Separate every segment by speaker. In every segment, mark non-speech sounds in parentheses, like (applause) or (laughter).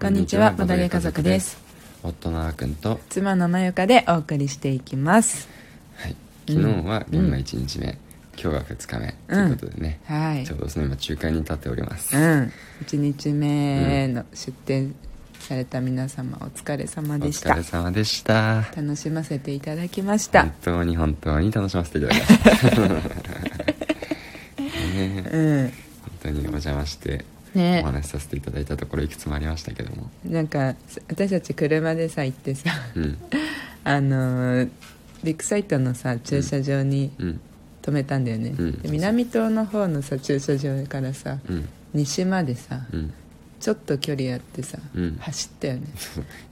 Speaker 1: こんにちは、ボドゲ家族です。
Speaker 2: 夫のあーくんと、
Speaker 1: 妻のまゆかでお送りしていきます。
Speaker 2: はい、昨日は現場1日目、今日は2日目ということでね、
Speaker 1: はい
Speaker 2: ちょ。うどその今仲介に立っております、
Speaker 1: うん。1日目の出店された皆様、お疲れ様
Speaker 2: お
Speaker 1: でし
Speaker 2: 疲
Speaker 1: た
Speaker 2: れ。様でした
Speaker 1: 楽しませていただきました
Speaker 2: 本。当に本当に楽しませてい
Speaker 1: (laughs)
Speaker 2: ただきましたね
Speaker 1: う
Speaker 2: え
Speaker 1: ん。
Speaker 2: 本当にお邪魔して
Speaker 1: ね
Speaker 2: お話しさせていただいたところいくつもありましたけども
Speaker 1: なんか、私たち車でさ、行ってさ、
Speaker 2: うん
Speaker 1: あのー、ビッグサイトのさ、駐車場に
Speaker 2: うん
Speaker 1: 止めたんだよね。
Speaker 2: うん
Speaker 1: で南島の方のさ、駐車場からさ、
Speaker 2: うん
Speaker 1: 西までさ、
Speaker 2: うん
Speaker 1: ちょっと距離あってさ、
Speaker 2: うん
Speaker 1: 走ったよね。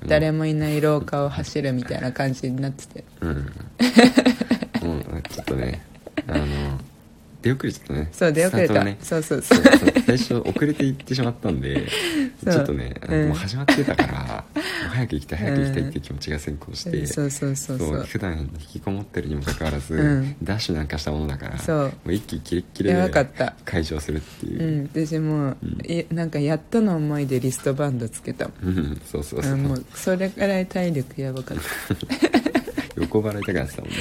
Speaker 1: 誰
Speaker 2: も
Speaker 1: もいない廊下を走るみたいな感じになってて
Speaker 2: うん (laughs) もうちょっとねあの出遅れちゃったね
Speaker 1: そう出遅れ
Speaker 2: スタ
Speaker 1: た、
Speaker 2: ートがね
Speaker 1: そうそう
Speaker 2: そ
Speaker 1: そうう
Speaker 2: そう最初遅れて行ってしまったんで
Speaker 1: (laughs) そう
Speaker 2: ちょっとね、
Speaker 1: うん
Speaker 2: もう始まってたからもう早く行きたい早く行きたいっていう気持ちが先行して、
Speaker 1: そうそうそう
Speaker 2: そ
Speaker 1: そうう
Speaker 2: 普段引きこもってるにもかかわらず、
Speaker 1: うん
Speaker 2: ダッシュなんかしたものだから
Speaker 1: そう
Speaker 2: もう一気にキレッキ
Speaker 1: やば
Speaker 2: レ
Speaker 1: かった
Speaker 2: 解消するっていうう、
Speaker 1: ん私もう、
Speaker 2: うん
Speaker 1: いなんかやっとの思いでリストバンドつけたもん
Speaker 2: うんそうそうそう、
Speaker 1: うんもうそれぐらい体力やば
Speaker 2: (laughs)
Speaker 1: かった
Speaker 2: 横払いたくなってたもんね、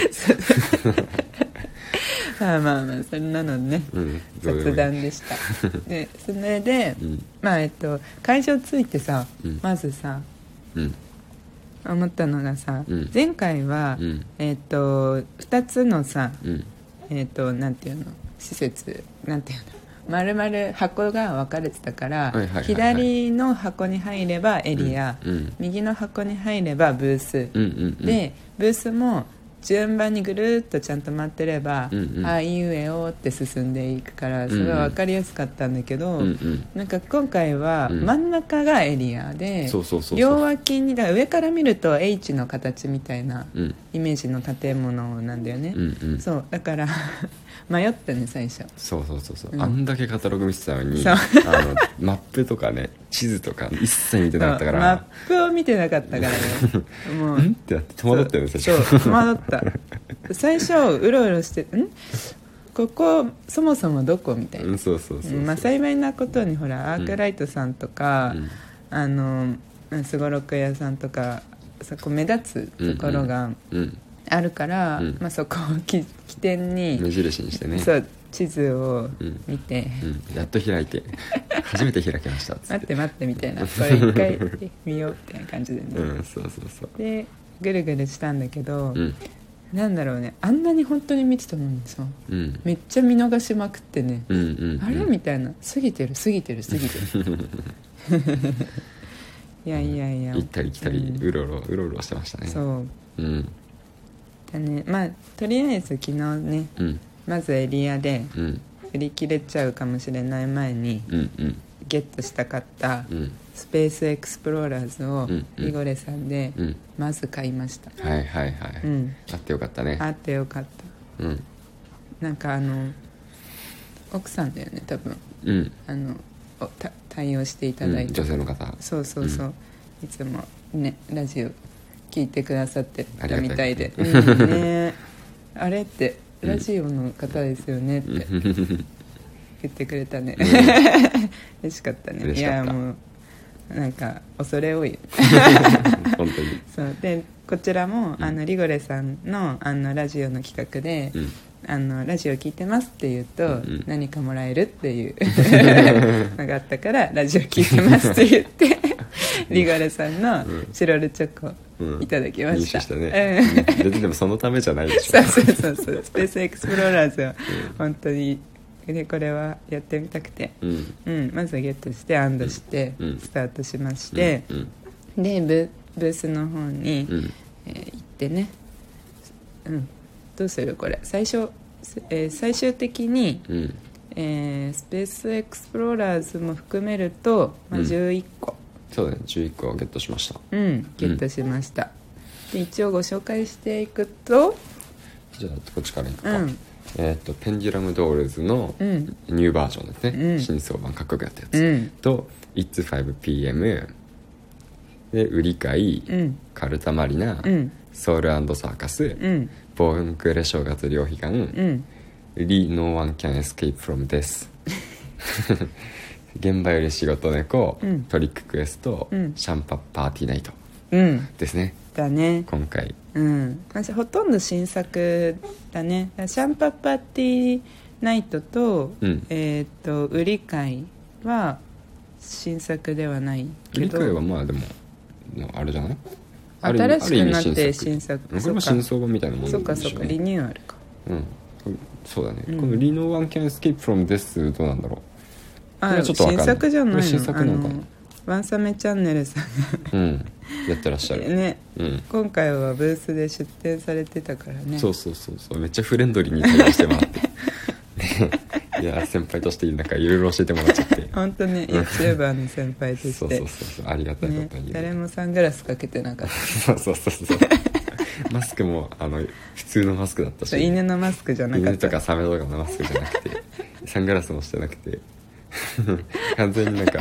Speaker 1: まあまあまあそれなのね
Speaker 2: うん、どうでもい
Speaker 1: 雑
Speaker 2: い
Speaker 1: 談でした
Speaker 2: (laughs)
Speaker 1: でそれで
Speaker 2: うん
Speaker 1: まあえっと会場着いてさ、
Speaker 2: うん
Speaker 1: まずさ
Speaker 2: うん
Speaker 1: 思ったのがさ、
Speaker 2: うん
Speaker 1: 前回は、
Speaker 2: うん
Speaker 1: えっと2つのさ
Speaker 2: うん
Speaker 1: えっ、となんていうの施設なんていうの丸々箱が分かれてたから、
Speaker 2: はいはいはいはい
Speaker 1: 左の箱に入ればエリア、
Speaker 2: うん
Speaker 1: 右の箱に入ればブース、
Speaker 2: うんうんうん
Speaker 1: でブースも順番にぐるーっとちゃんと回ってれば、
Speaker 2: うんうん
Speaker 1: ああいうえおって進んでいくからすごい分かりやすかったんだけど、
Speaker 2: うんうん
Speaker 1: なんか今回は
Speaker 2: うん
Speaker 1: 真ん中がエリアで、
Speaker 2: そうそうそうそう
Speaker 1: 両脇にだから上から見ると H の形みたいな
Speaker 2: うん
Speaker 1: イメージの建物なんだよね、
Speaker 2: うんうん
Speaker 1: そうだから (laughs) 迷ったね最初
Speaker 2: そうそうそうそう、
Speaker 1: うん
Speaker 2: あんだけカタログ見てたのに
Speaker 1: そう
Speaker 2: あのマップとかね地図とか一切見てなかったか
Speaker 1: そう
Speaker 2: ら
Speaker 1: マップを見てなかったからね
Speaker 2: (laughs)
Speaker 1: もうん
Speaker 2: ってなって戸惑ったよね最
Speaker 1: そう
Speaker 2: 初
Speaker 1: そう戸惑った最初うろうろしてんここそもそもどこみたいな、
Speaker 2: (laughs) うんそうそうそうそう
Speaker 1: まあ、幸いなことにほらアークライトさんとか、
Speaker 2: うん
Speaker 1: あのすごろく屋さんとかそこ目立つところが
Speaker 2: うん
Speaker 1: あるから、
Speaker 2: うん
Speaker 1: まあ、そこをき起点に、
Speaker 2: 目印にしてね
Speaker 1: そう地図を
Speaker 2: うん
Speaker 1: 見て、
Speaker 2: うん、やっと開いて初めて開けましたっつっ
Speaker 1: 待ってて待ってみたいなこれ一回見ようみたいな感じでね、
Speaker 2: うんそうそうそう
Speaker 1: でぐるぐるしたんだけど、
Speaker 2: うん
Speaker 1: なんだろうねあんなに本当に見てたのにさ
Speaker 2: うん
Speaker 1: めっちゃ見逃しまくってね、
Speaker 2: うんうん
Speaker 1: あれ
Speaker 2: うん
Speaker 1: みたいな過ぎてる過ぎてる過ぎてるいやいやいや
Speaker 2: (laughs) 行ったり来たり、
Speaker 1: うん
Speaker 2: うろうろうろうろしてましたね
Speaker 1: そう
Speaker 2: うん
Speaker 1: だねまあとりあえず昨日ね
Speaker 2: うん
Speaker 1: まずエリアで
Speaker 2: うん
Speaker 1: 売り切れちゃうかもしれない前に
Speaker 2: うんうん
Speaker 1: ゲットしたかった
Speaker 2: うん
Speaker 1: スペースエクスプローラーズを
Speaker 2: うんうん
Speaker 1: リゴレさんで
Speaker 2: うん
Speaker 1: まず買いました、
Speaker 2: はいはいはい、
Speaker 1: うん
Speaker 2: あってよかったね
Speaker 1: あってよかった
Speaker 2: うん
Speaker 1: なんかあの奥さんだよね多分
Speaker 2: うん
Speaker 1: あのおた対応していただい
Speaker 2: うん
Speaker 1: て、
Speaker 2: 女性の方
Speaker 1: そうそうそう、いつもねラジオ聞いてくださって
Speaker 2: あ
Speaker 1: た
Speaker 2: りがたい
Speaker 1: みたいで
Speaker 2: (laughs) う
Speaker 1: うんねあれって
Speaker 2: うん
Speaker 1: ラジオの方ですよねっ
Speaker 2: うん
Speaker 1: て言ってくれたね、 (laughs) 嬉しかったね
Speaker 2: 嬉しかった
Speaker 1: いやもうなんか恐れ多い
Speaker 2: 本当に
Speaker 1: そうでこちらも、
Speaker 2: うん
Speaker 1: あのリゴレさんのあのラジオの企画で、
Speaker 2: うん
Speaker 1: あのラジオ聞いてますって言うと、
Speaker 2: うんうん
Speaker 1: 何かもらえるっていう
Speaker 2: (laughs)
Speaker 1: のがあったからラジオ聞いてますって言って
Speaker 2: (laughs)
Speaker 1: リゴレさんの
Speaker 2: うん
Speaker 1: チロルチョ
Speaker 2: う
Speaker 1: コ
Speaker 2: ん
Speaker 1: いただきま
Speaker 2: 入手
Speaker 1: した,、
Speaker 2: したね、
Speaker 1: うん
Speaker 2: うん、別にでもそのためじゃないでし
Speaker 1: そ
Speaker 2: ょ
Speaker 1: うそうそうそうスペースエクスプローラーズは本当にでこれはやってみたくて、
Speaker 2: うん
Speaker 1: うん、まずゲットして安堵して
Speaker 2: うん
Speaker 1: スタートしまして、
Speaker 2: うん
Speaker 1: でブブースの方に、
Speaker 2: うん
Speaker 1: えー行ってねうんどうするこれ最初、すえー最終的に、
Speaker 2: うん
Speaker 1: えースペースエクスプローラーズも含めると、まあ、
Speaker 2: うん
Speaker 1: 11個、
Speaker 2: そうだね11個ゲットしました
Speaker 1: うんゲットしました、で一応ご紹介していくと
Speaker 2: じゃあこっちからいく
Speaker 1: う
Speaker 2: か、
Speaker 1: ん
Speaker 2: えっ、とペンデュラムドールズの
Speaker 1: うん
Speaker 2: ニューバージョンですね、
Speaker 1: うん
Speaker 2: 新装版かっこよくなったやつ、
Speaker 1: うん
Speaker 2: と It's5PM で売り買い、
Speaker 1: うん
Speaker 2: カルタマリナ、
Speaker 1: うん
Speaker 2: ソウルサーカス、
Speaker 1: うん
Speaker 2: ボーンクレ正月両悲願、
Speaker 1: うん
Speaker 2: リ・ノーワン・キャン・エスケープ・フロム・デス現場より仕事猫、
Speaker 1: うん
Speaker 2: トリッククエスト、
Speaker 1: うん
Speaker 2: シャンパパーティーナイト
Speaker 1: うん
Speaker 2: ですね
Speaker 1: だね
Speaker 2: 今回
Speaker 1: うんまあほとんど新作だねだからシャンパッパティーナイトと、
Speaker 2: うん
Speaker 1: えーっと売り会は新作ではないけ
Speaker 2: 理
Speaker 1: ど
Speaker 2: 解はまあでもあれじゃない
Speaker 1: 新しくなっ
Speaker 2: ある意
Speaker 1: て
Speaker 2: 味
Speaker 1: 新作
Speaker 2: これも
Speaker 1: そっ
Speaker 2: 新
Speaker 1: か
Speaker 2: 装版みたいなもの
Speaker 1: そっか
Speaker 2: で
Speaker 1: そっ
Speaker 2: しょ
Speaker 1: か
Speaker 2: う
Speaker 1: リ
Speaker 2: ね
Speaker 1: ニューアルか
Speaker 2: うんそうだね、
Speaker 1: うん
Speaker 2: この「リノワンキャンスケープフロムです」どうなんだろこ
Speaker 1: あ
Speaker 2: れちょっとわかん
Speaker 1: 新
Speaker 2: ない
Speaker 1: 作じゃない
Speaker 2: こ
Speaker 1: の
Speaker 2: れ新作なのかな
Speaker 1: あワンサメチャンネルさん
Speaker 2: ううんやってらっしゃ
Speaker 1: が
Speaker 2: る、
Speaker 1: ね
Speaker 2: うん
Speaker 1: 今回はブースで出展されてたからね
Speaker 2: そうそうそうそうめっちゃフレンドリーに対応してもらって
Speaker 1: (laughs)
Speaker 2: ねいや先輩としてなんかいろいろ教えてもらっちゃって
Speaker 1: 本当ね YouTuber の先輩として
Speaker 2: そうそうそうそうありがたいこと
Speaker 1: ね
Speaker 2: に、
Speaker 1: 誰もサングラスかけてなかった
Speaker 2: そうそうそうそうマスクもあの普通のマスクだったし
Speaker 1: そう犬のマスクじゃなかっ
Speaker 2: 犬
Speaker 1: た
Speaker 2: とかサメとかのマスクじゃなくてサングラスもしてなくて (laughs) 完全になんか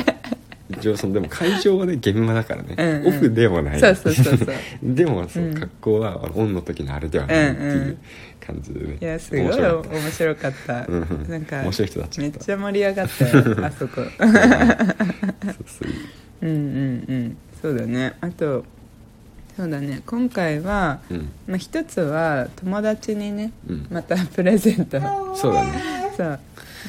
Speaker 2: 一応そのでも会場はね現場だからね、
Speaker 1: うんうん
Speaker 2: オフでもない
Speaker 1: そうそうそう
Speaker 2: (laughs)
Speaker 1: そう
Speaker 2: でもそ
Speaker 1: うん
Speaker 2: の格好は、あのオンの時のあれではないって
Speaker 1: ん
Speaker 2: いううんう感じでね、
Speaker 1: いやすごい面
Speaker 2: 面白かっ
Speaker 1: 白かった
Speaker 2: うんうん
Speaker 1: なんか
Speaker 2: 面白い人たちだ
Speaker 1: めっ
Speaker 2: った
Speaker 1: ちゃ盛り上がった
Speaker 2: (laughs)
Speaker 1: よあそこ
Speaker 2: たそうそう
Speaker 1: うんうんうんそうだねあとそうだね今回は、
Speaker 2: うん
Speaker 1: まあ、一つは友達にね
Speaker 2: うん
Speaker 1: また (laughs) プレゼント
Speaker 2: そうだね
Speaker 1: そう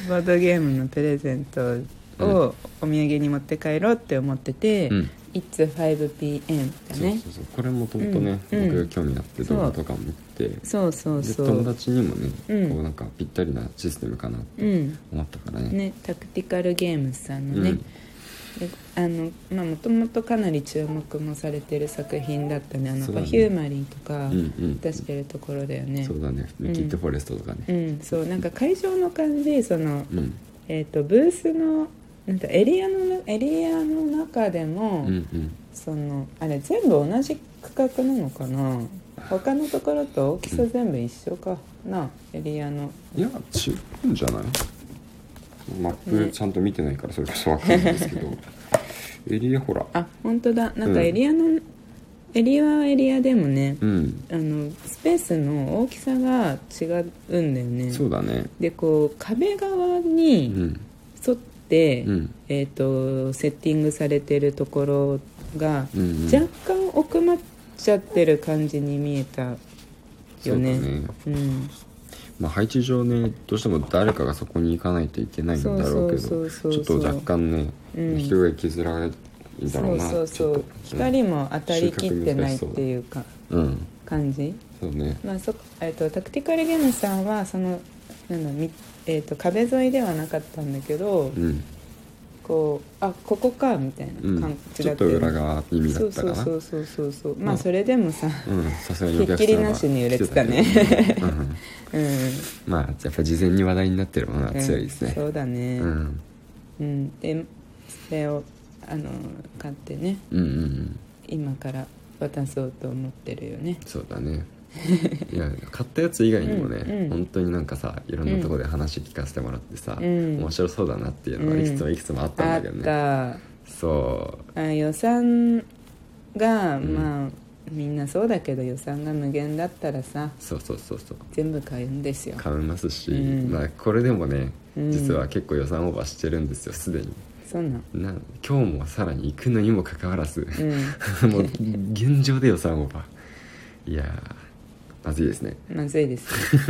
Speaker 1: ボードゲームのプレゼントをお土産に持って帰ろうって思ってて
Speaker 2: うん
Speaker 1: 「It's5pm」だ
Speaker 2: そう
Speaker 1: ね
Speaker 2: そうそうこれもともとね、
Speaker 1: うん
Speaker 2: 僕が興味あって動画とかも見て
Speaker 1: そうそう
Speaker 2: で
Speaker 1: そ
Speaker 2: 友
Speaker 1: う
Speaker 2: 達にもね、
Speaker 1: うん
Speaker 2: こうなんかぴったりなシステムかなって
Speaker 1: うん
Speaker 2: 思ったからね
Speaker 1: ねタクティカルゲームズさんのね、
Speaker 2: うん
Speaker 1: であのまあもともとかなり注目もされてる作品だったねあの
Speaker 2: そ
Speaker 1: パ
Speaker 2: うだね
Speaker 1: ヒューマリンとか
Speaker 2: うんうん
Speaker 1: 出してるところだよね
Speaker 2: そうだね
Speaker 1: うん
Speaker 2: キッドフォレストとかね
Speaker 1: うんそうなんか会場の感じその、
Speaker 2: うん
Speaker 1: えー、とブースのなんかエリアのエリアの中で
Speaker 2: う
Speaker 1: も、
Speaker 2: んうん
Speaker 1: そのあれ全部同じ区画なのかな他のところと大きさ全部一緒かな、エリアの
Speaker 2: いや違うんじゃないマップちゃんと見てないからそれこそわかんないですけど
Speaker 1: (laughs)
Speaker 2: エリアほら
Speaker 1: あ本当だなんか
Speaker 2: うん
Speaker 1: エリアの、エリアはエリアでもね
Speaker 2: う、ん
Speaker 1: あのスペースの大きさが違うんだよね
Speaker 2: そうだね
Speaker 1: でこう壁側
Speaker 2: う
Speaker 1: に
Speaker 2: ん
Speaker 1: 沿って、
Speaker 2: うん
Speaker 1: えー、とセッティングされてるところが、
Speaker 2: うんうん
Speaker 1: 若干奥まっちゃってる感じに見えた
Speaker 2: そ
Speaker 1: よ
Speaker 2: うだ
Speaker 1: ね
Speaker 2: ね
Speaker 1: うん、
Speaker 2: まあ配置上ねどうしても誰かがそこに行かないといけないんだろうけ
Speaker 1: そう
Speaker 2: ど
Speaker 1: そうそう
Speaker 2: ち
Speaker 1: そ
Speaker 2: ょ
Speaker 1: う
Speaker 2: っと若干ね
Speaker 1: うん
Speaker 2: 人が行きづらいんだ
Speaker 1: そ
Speaker 2: ろう
Speaker 1: う
Speaker 2: な
Speaker 1: そう
Speaker 2: ち
Speaker 1: そ
Speaker 2: ょっ
Speaker 1: う
Speaker 2: と
Speaker 1: 光も当たりきってないっていうか
Speaker 2: うんうん
Speaker 1: 感じ
Speaker 2: そうね
Speaker 1: まあそえっとタクティカルゲームさんはそのなんだみ、えっと壁沿いではなかったんだけど、
Speaker 2: うん
Speaker 1: こうあここかみたいな
Speaker 2: う
Speaker 1: 感
Speaker 2: ん
Speaker 1: じ
Speaker 2: ち
Speaker 1: だ
Speaker 2: ょっ
Speaker 1: った
Speaker 2: と
Speaker 1: よね
Speaker 2: 裏側気味だ
Speaker 1: そう
Speaker 2: った
Speaker 1: そ
Speaker 2: か
Speaker 1: う
Speaker 2: な
Speaker 1: そうそうそうそうま
Speaker 2: う
Speaker 1: あ
Speaker 2: ん
Speaker 1: それでもさ、
Speaker 2: うんさすがにお
Speaker 1: ひ
Speaker 2: 客さ
Speaker 1: っきり
Speaker 2: んは
Speaker 1: なしに売れてたね
Speaker 2: 来けどう
Speaker 1: う
Speaker 2: ん
Speaker 1: ん
Speaker 2: まあやっぱ事前に話題になってるものは
Speaker 1: うん
Speaker 2: 強いですね
Speaker 1: そうだね
Speaker 2: う
Speaker 1: うん、
Speaker 2: ん
Speaker 1: でそれをあの買ってね
Speaker 2: うんうんうん
Speaker 1: 今から渡そうと思ってるよね
Speaker 2: そうだねいや買ったやつ以外にもね、
Speaker 1: うんうん
Speaker 2: 本当になんかさいろんなところで話聞かせてもらってさ、
Speaker 1: うん
Speaker 2: 面白そうだなっていうのはいくつもいくつもあったんだけどね、
Speaker 1: あった
Speaker 2: そ
Speaker 1: あ予算が、
Speaker 2: うん
Speaker 1: まあみんなそうだけど予算が無限だったらさ
Speaker 2: うそうそうそうそう
Speaker 1: 全部買うんですよ
Speaker 2: 買いますし、
Speaker 1: うん
Speaker 2: まあこれでもね
Speaker 1: うん
Speaker 2: 実は結構予算オーバーしてるんですよすでに
Speaker 1: そうなん
Speaker 2: な今日もさらに行くのにもかかわらず、
Speaker 1: うん
Speaker 2: (laughs) もう現状で予算オーバーいやーまずいですね
Speaker 1: まずい
Speaker 2: (laughs)
Speaker 1: ですよ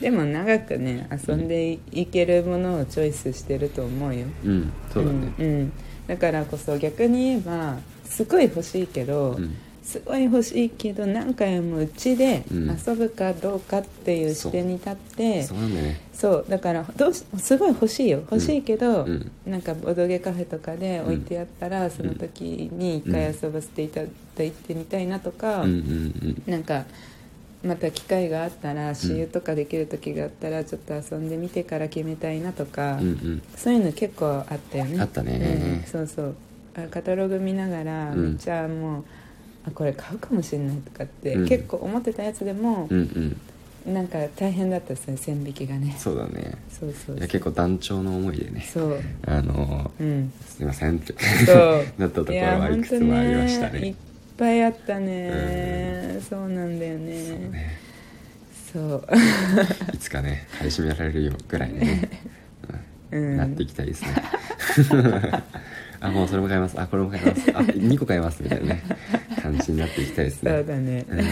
Speaker 1: でも長くね遊んでいいけるものをチョイスしてると思うよ
Speaker 2: うんそうだね
Speaker 1: んうんだからこそ逆に言えばすごい欲しいけど、
Speaker 2: うん
Speaker 1: すごい欲しいけど何回もうちで
Speaker 2: うん
Speaker 1: 遊ぶかどうかっていう視点に立って、
Speaker 2: そうなんだね
Speaker 1: そうだからどうしすごい欲しいよ欲しいけど、
Speaker 2: うん
Speaker 1: なんかボドゲカフェとかで置いてあったら、その時に一回遊ばせていただいてみたいなとか、
Speaker 2: うんうん
Speaker 1: なんかまた機会があったら私有とかできる時があったらちょっと遊んでみてから決めたいなとか、
Speaker 2: うんうん
Speaker 1: そういうの結構あったよね
Speaker 2: あったね
Speaker 1: うん、そうそうあカタログ見ながら
Speaker 2: うん
Speaker 1: めっちゃもう、あこれ買うかもしれないとかって、
Speaker 2: うん
Speaker 1: 結構思ってたやつでも
Speaker 2: うんう、んうん
Speaker 1: なんか大変だったですね線引きがね
Speaker 2: そうだね
Speaker 1: そうそう
Speaker 2: いや結構団長の思いでね
Speaker 1: そう
Speaker 2: あの
Speaker 1: う
Speaker 2: ー (laughs)
Speaker 1: ん
Speaker 2: すいませんって
Speaker 1: そう
Speaker 2: (laughs) なったとこ
Speaker 1: い
Speaker 2: ろ
Speaker 1: や
Speaker 2: はい
Speaker 1: 本
Speaker 2: く
Speaker 1: 当
Speaker 2: つもありました
Speaker 1: ねいっ
Speaker 2: ね
Speaker 1: ぱいあったね、そうなんだよね
Speaker 2: そう
Speaker 1: そ
Speaker 2: ね
Speaker 1: う (laughs)
Speaker 2: いつかね買い占められるよぐらいね
Speaker 1: ううん
Speaker 2: なっていきたいですね、 (laughs) あもうそれも買いますあこれも買いますあ2個買いますみたいなね感じになっていきたいですね
Speaker 1: そうだね、
Speaker 2: うん
Speaker 1: (laughs)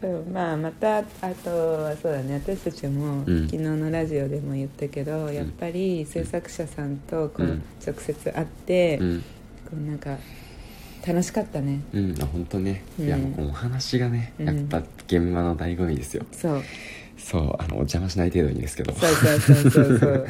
Speaker 1: そうまあまたあとはそうだね私たちも、
Speaker 2: うん
Speaker 1: 昨日のラジオでも言ったけどやっぱり制作者さんとこう、
Speaker 2: うん
Speaker 1: 直接会って、
Speaker 2: う
Speaker 1: こ
Speaker 2: ん
Speaker 1: うなんか楽しかったね
Speaker 2: うん、あ本当ね、いや
Speaker 1: うん
Speaker 2: もうこのお話がね
Speaker 1: うん
Speaker 2: やっぱ現場の醍醐味ですよ、
Speaker 1: そう
Speaker 2: (laughs) そうあのお邪魔しない程度にですけど
Speaker 1: そうそうそうそうそう
Speaker 2: (laughs) そう
Speaker 1: い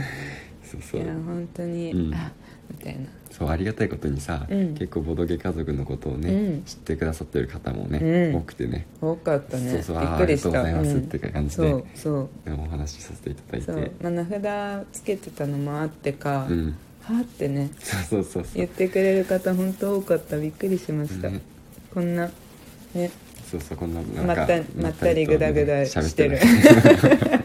Speaker 2: そう
Speaker 1: や本当に、
Speaker 2: うん
Speaker 1: あみたいな
Speaker 2: そうありがたいことにさ、
Speaker 1: うん
Speaker 2: 結構ボドゲ家族のことをね、
Speaker 1: うん
Speaker 2: 知ってくださってる方もね、
Speaker 1: うん
Speaker 2: 多くてね
Speaker 1: 多かったね
Speaker 2: そうそう
Speaker 1: びっくりした
Speaker 2: あありがとうございますって
Speaker 1: うん
Speaker 2: 感じで
Speaker 1: そうそう
Speaker 2: お話しさせていただいて
Speaker 1: そう、まあ、名札つけてたのもあってか、
Speaker 2: うん、
Speaker 1: はあってね
Speaker 2: そうそうそうそ
Speaker 1: 言
Speaker 2: う
Speaker 1: ってくれる方本当多かったびっくりしました、
Speaker 2: ね
Speaker 1: こんなね
Speaker 2: そうそうこんななん
Speaker 1: ま
Speaker 2: か
Speaker 1: ったまったりぐだぐだ
Speaker 2: 喋っ
Speaker 1: してる (laughs)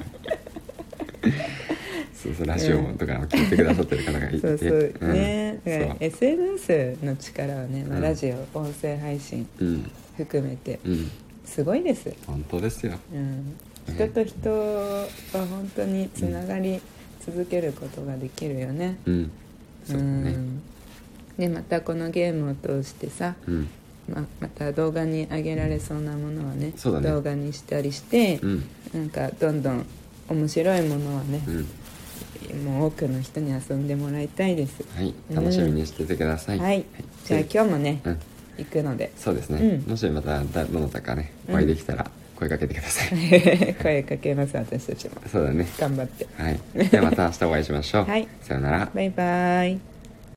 Speaker 2: そうそうラジオとかも聞いてくださってる方がいて
Speaker 1: そうそうね、だから
Speaker 2: え
Speaker 1: SNS の力はね、まあ、
Speaker 2: うん
Speaker 1: ラジオ音声配信
Speaker 2: うん
Speaker 1: 含めて
Speaker 2: うん
Speaker 1: すごいです、
Speaker 2: 本当ですよ
Speaker 1: うん、人と人は本当につながり続けることができるよね、
Speaker 2: うん
Speaker 1: う
Speaker 2: そうだね
Speaker 1: んでまたこのゲームを通してさ、
Speaker 2: うん
Speaker 1: ままた動画に上げられそうなものはね
Speaker 2: そうだね
Speaker 1: 動画にしたりして
Speaker 2: う、ん
Speaker 1: なんかどんどん面白いものはね
Speaker 2: う、ん
Speaker 1: もう多くの人に遊んでもらいたいです
Speaker 2: はい楽しみにしててくださ、
Speaker 1: はいい、じゃあ
Speaker 2: で
Speaker 1: 今日もね、
Speaker 2: うん
Speaker 1: 行くので (laughs)
Speaker 2: そうですね、
Speaker 1: うん
Speaker 2: もしまただどなたかねお会いできたら声かけてください、
Speaker 1: 声かけます私たちも
Speaker 2: そうだね
Speaker 1: 頑張って
Speaker 2: (laughs) はいではまた明日お会いしましょう、
Speaker 1: はい
Speaker 2: さようなら
Speaker 1: バイバイ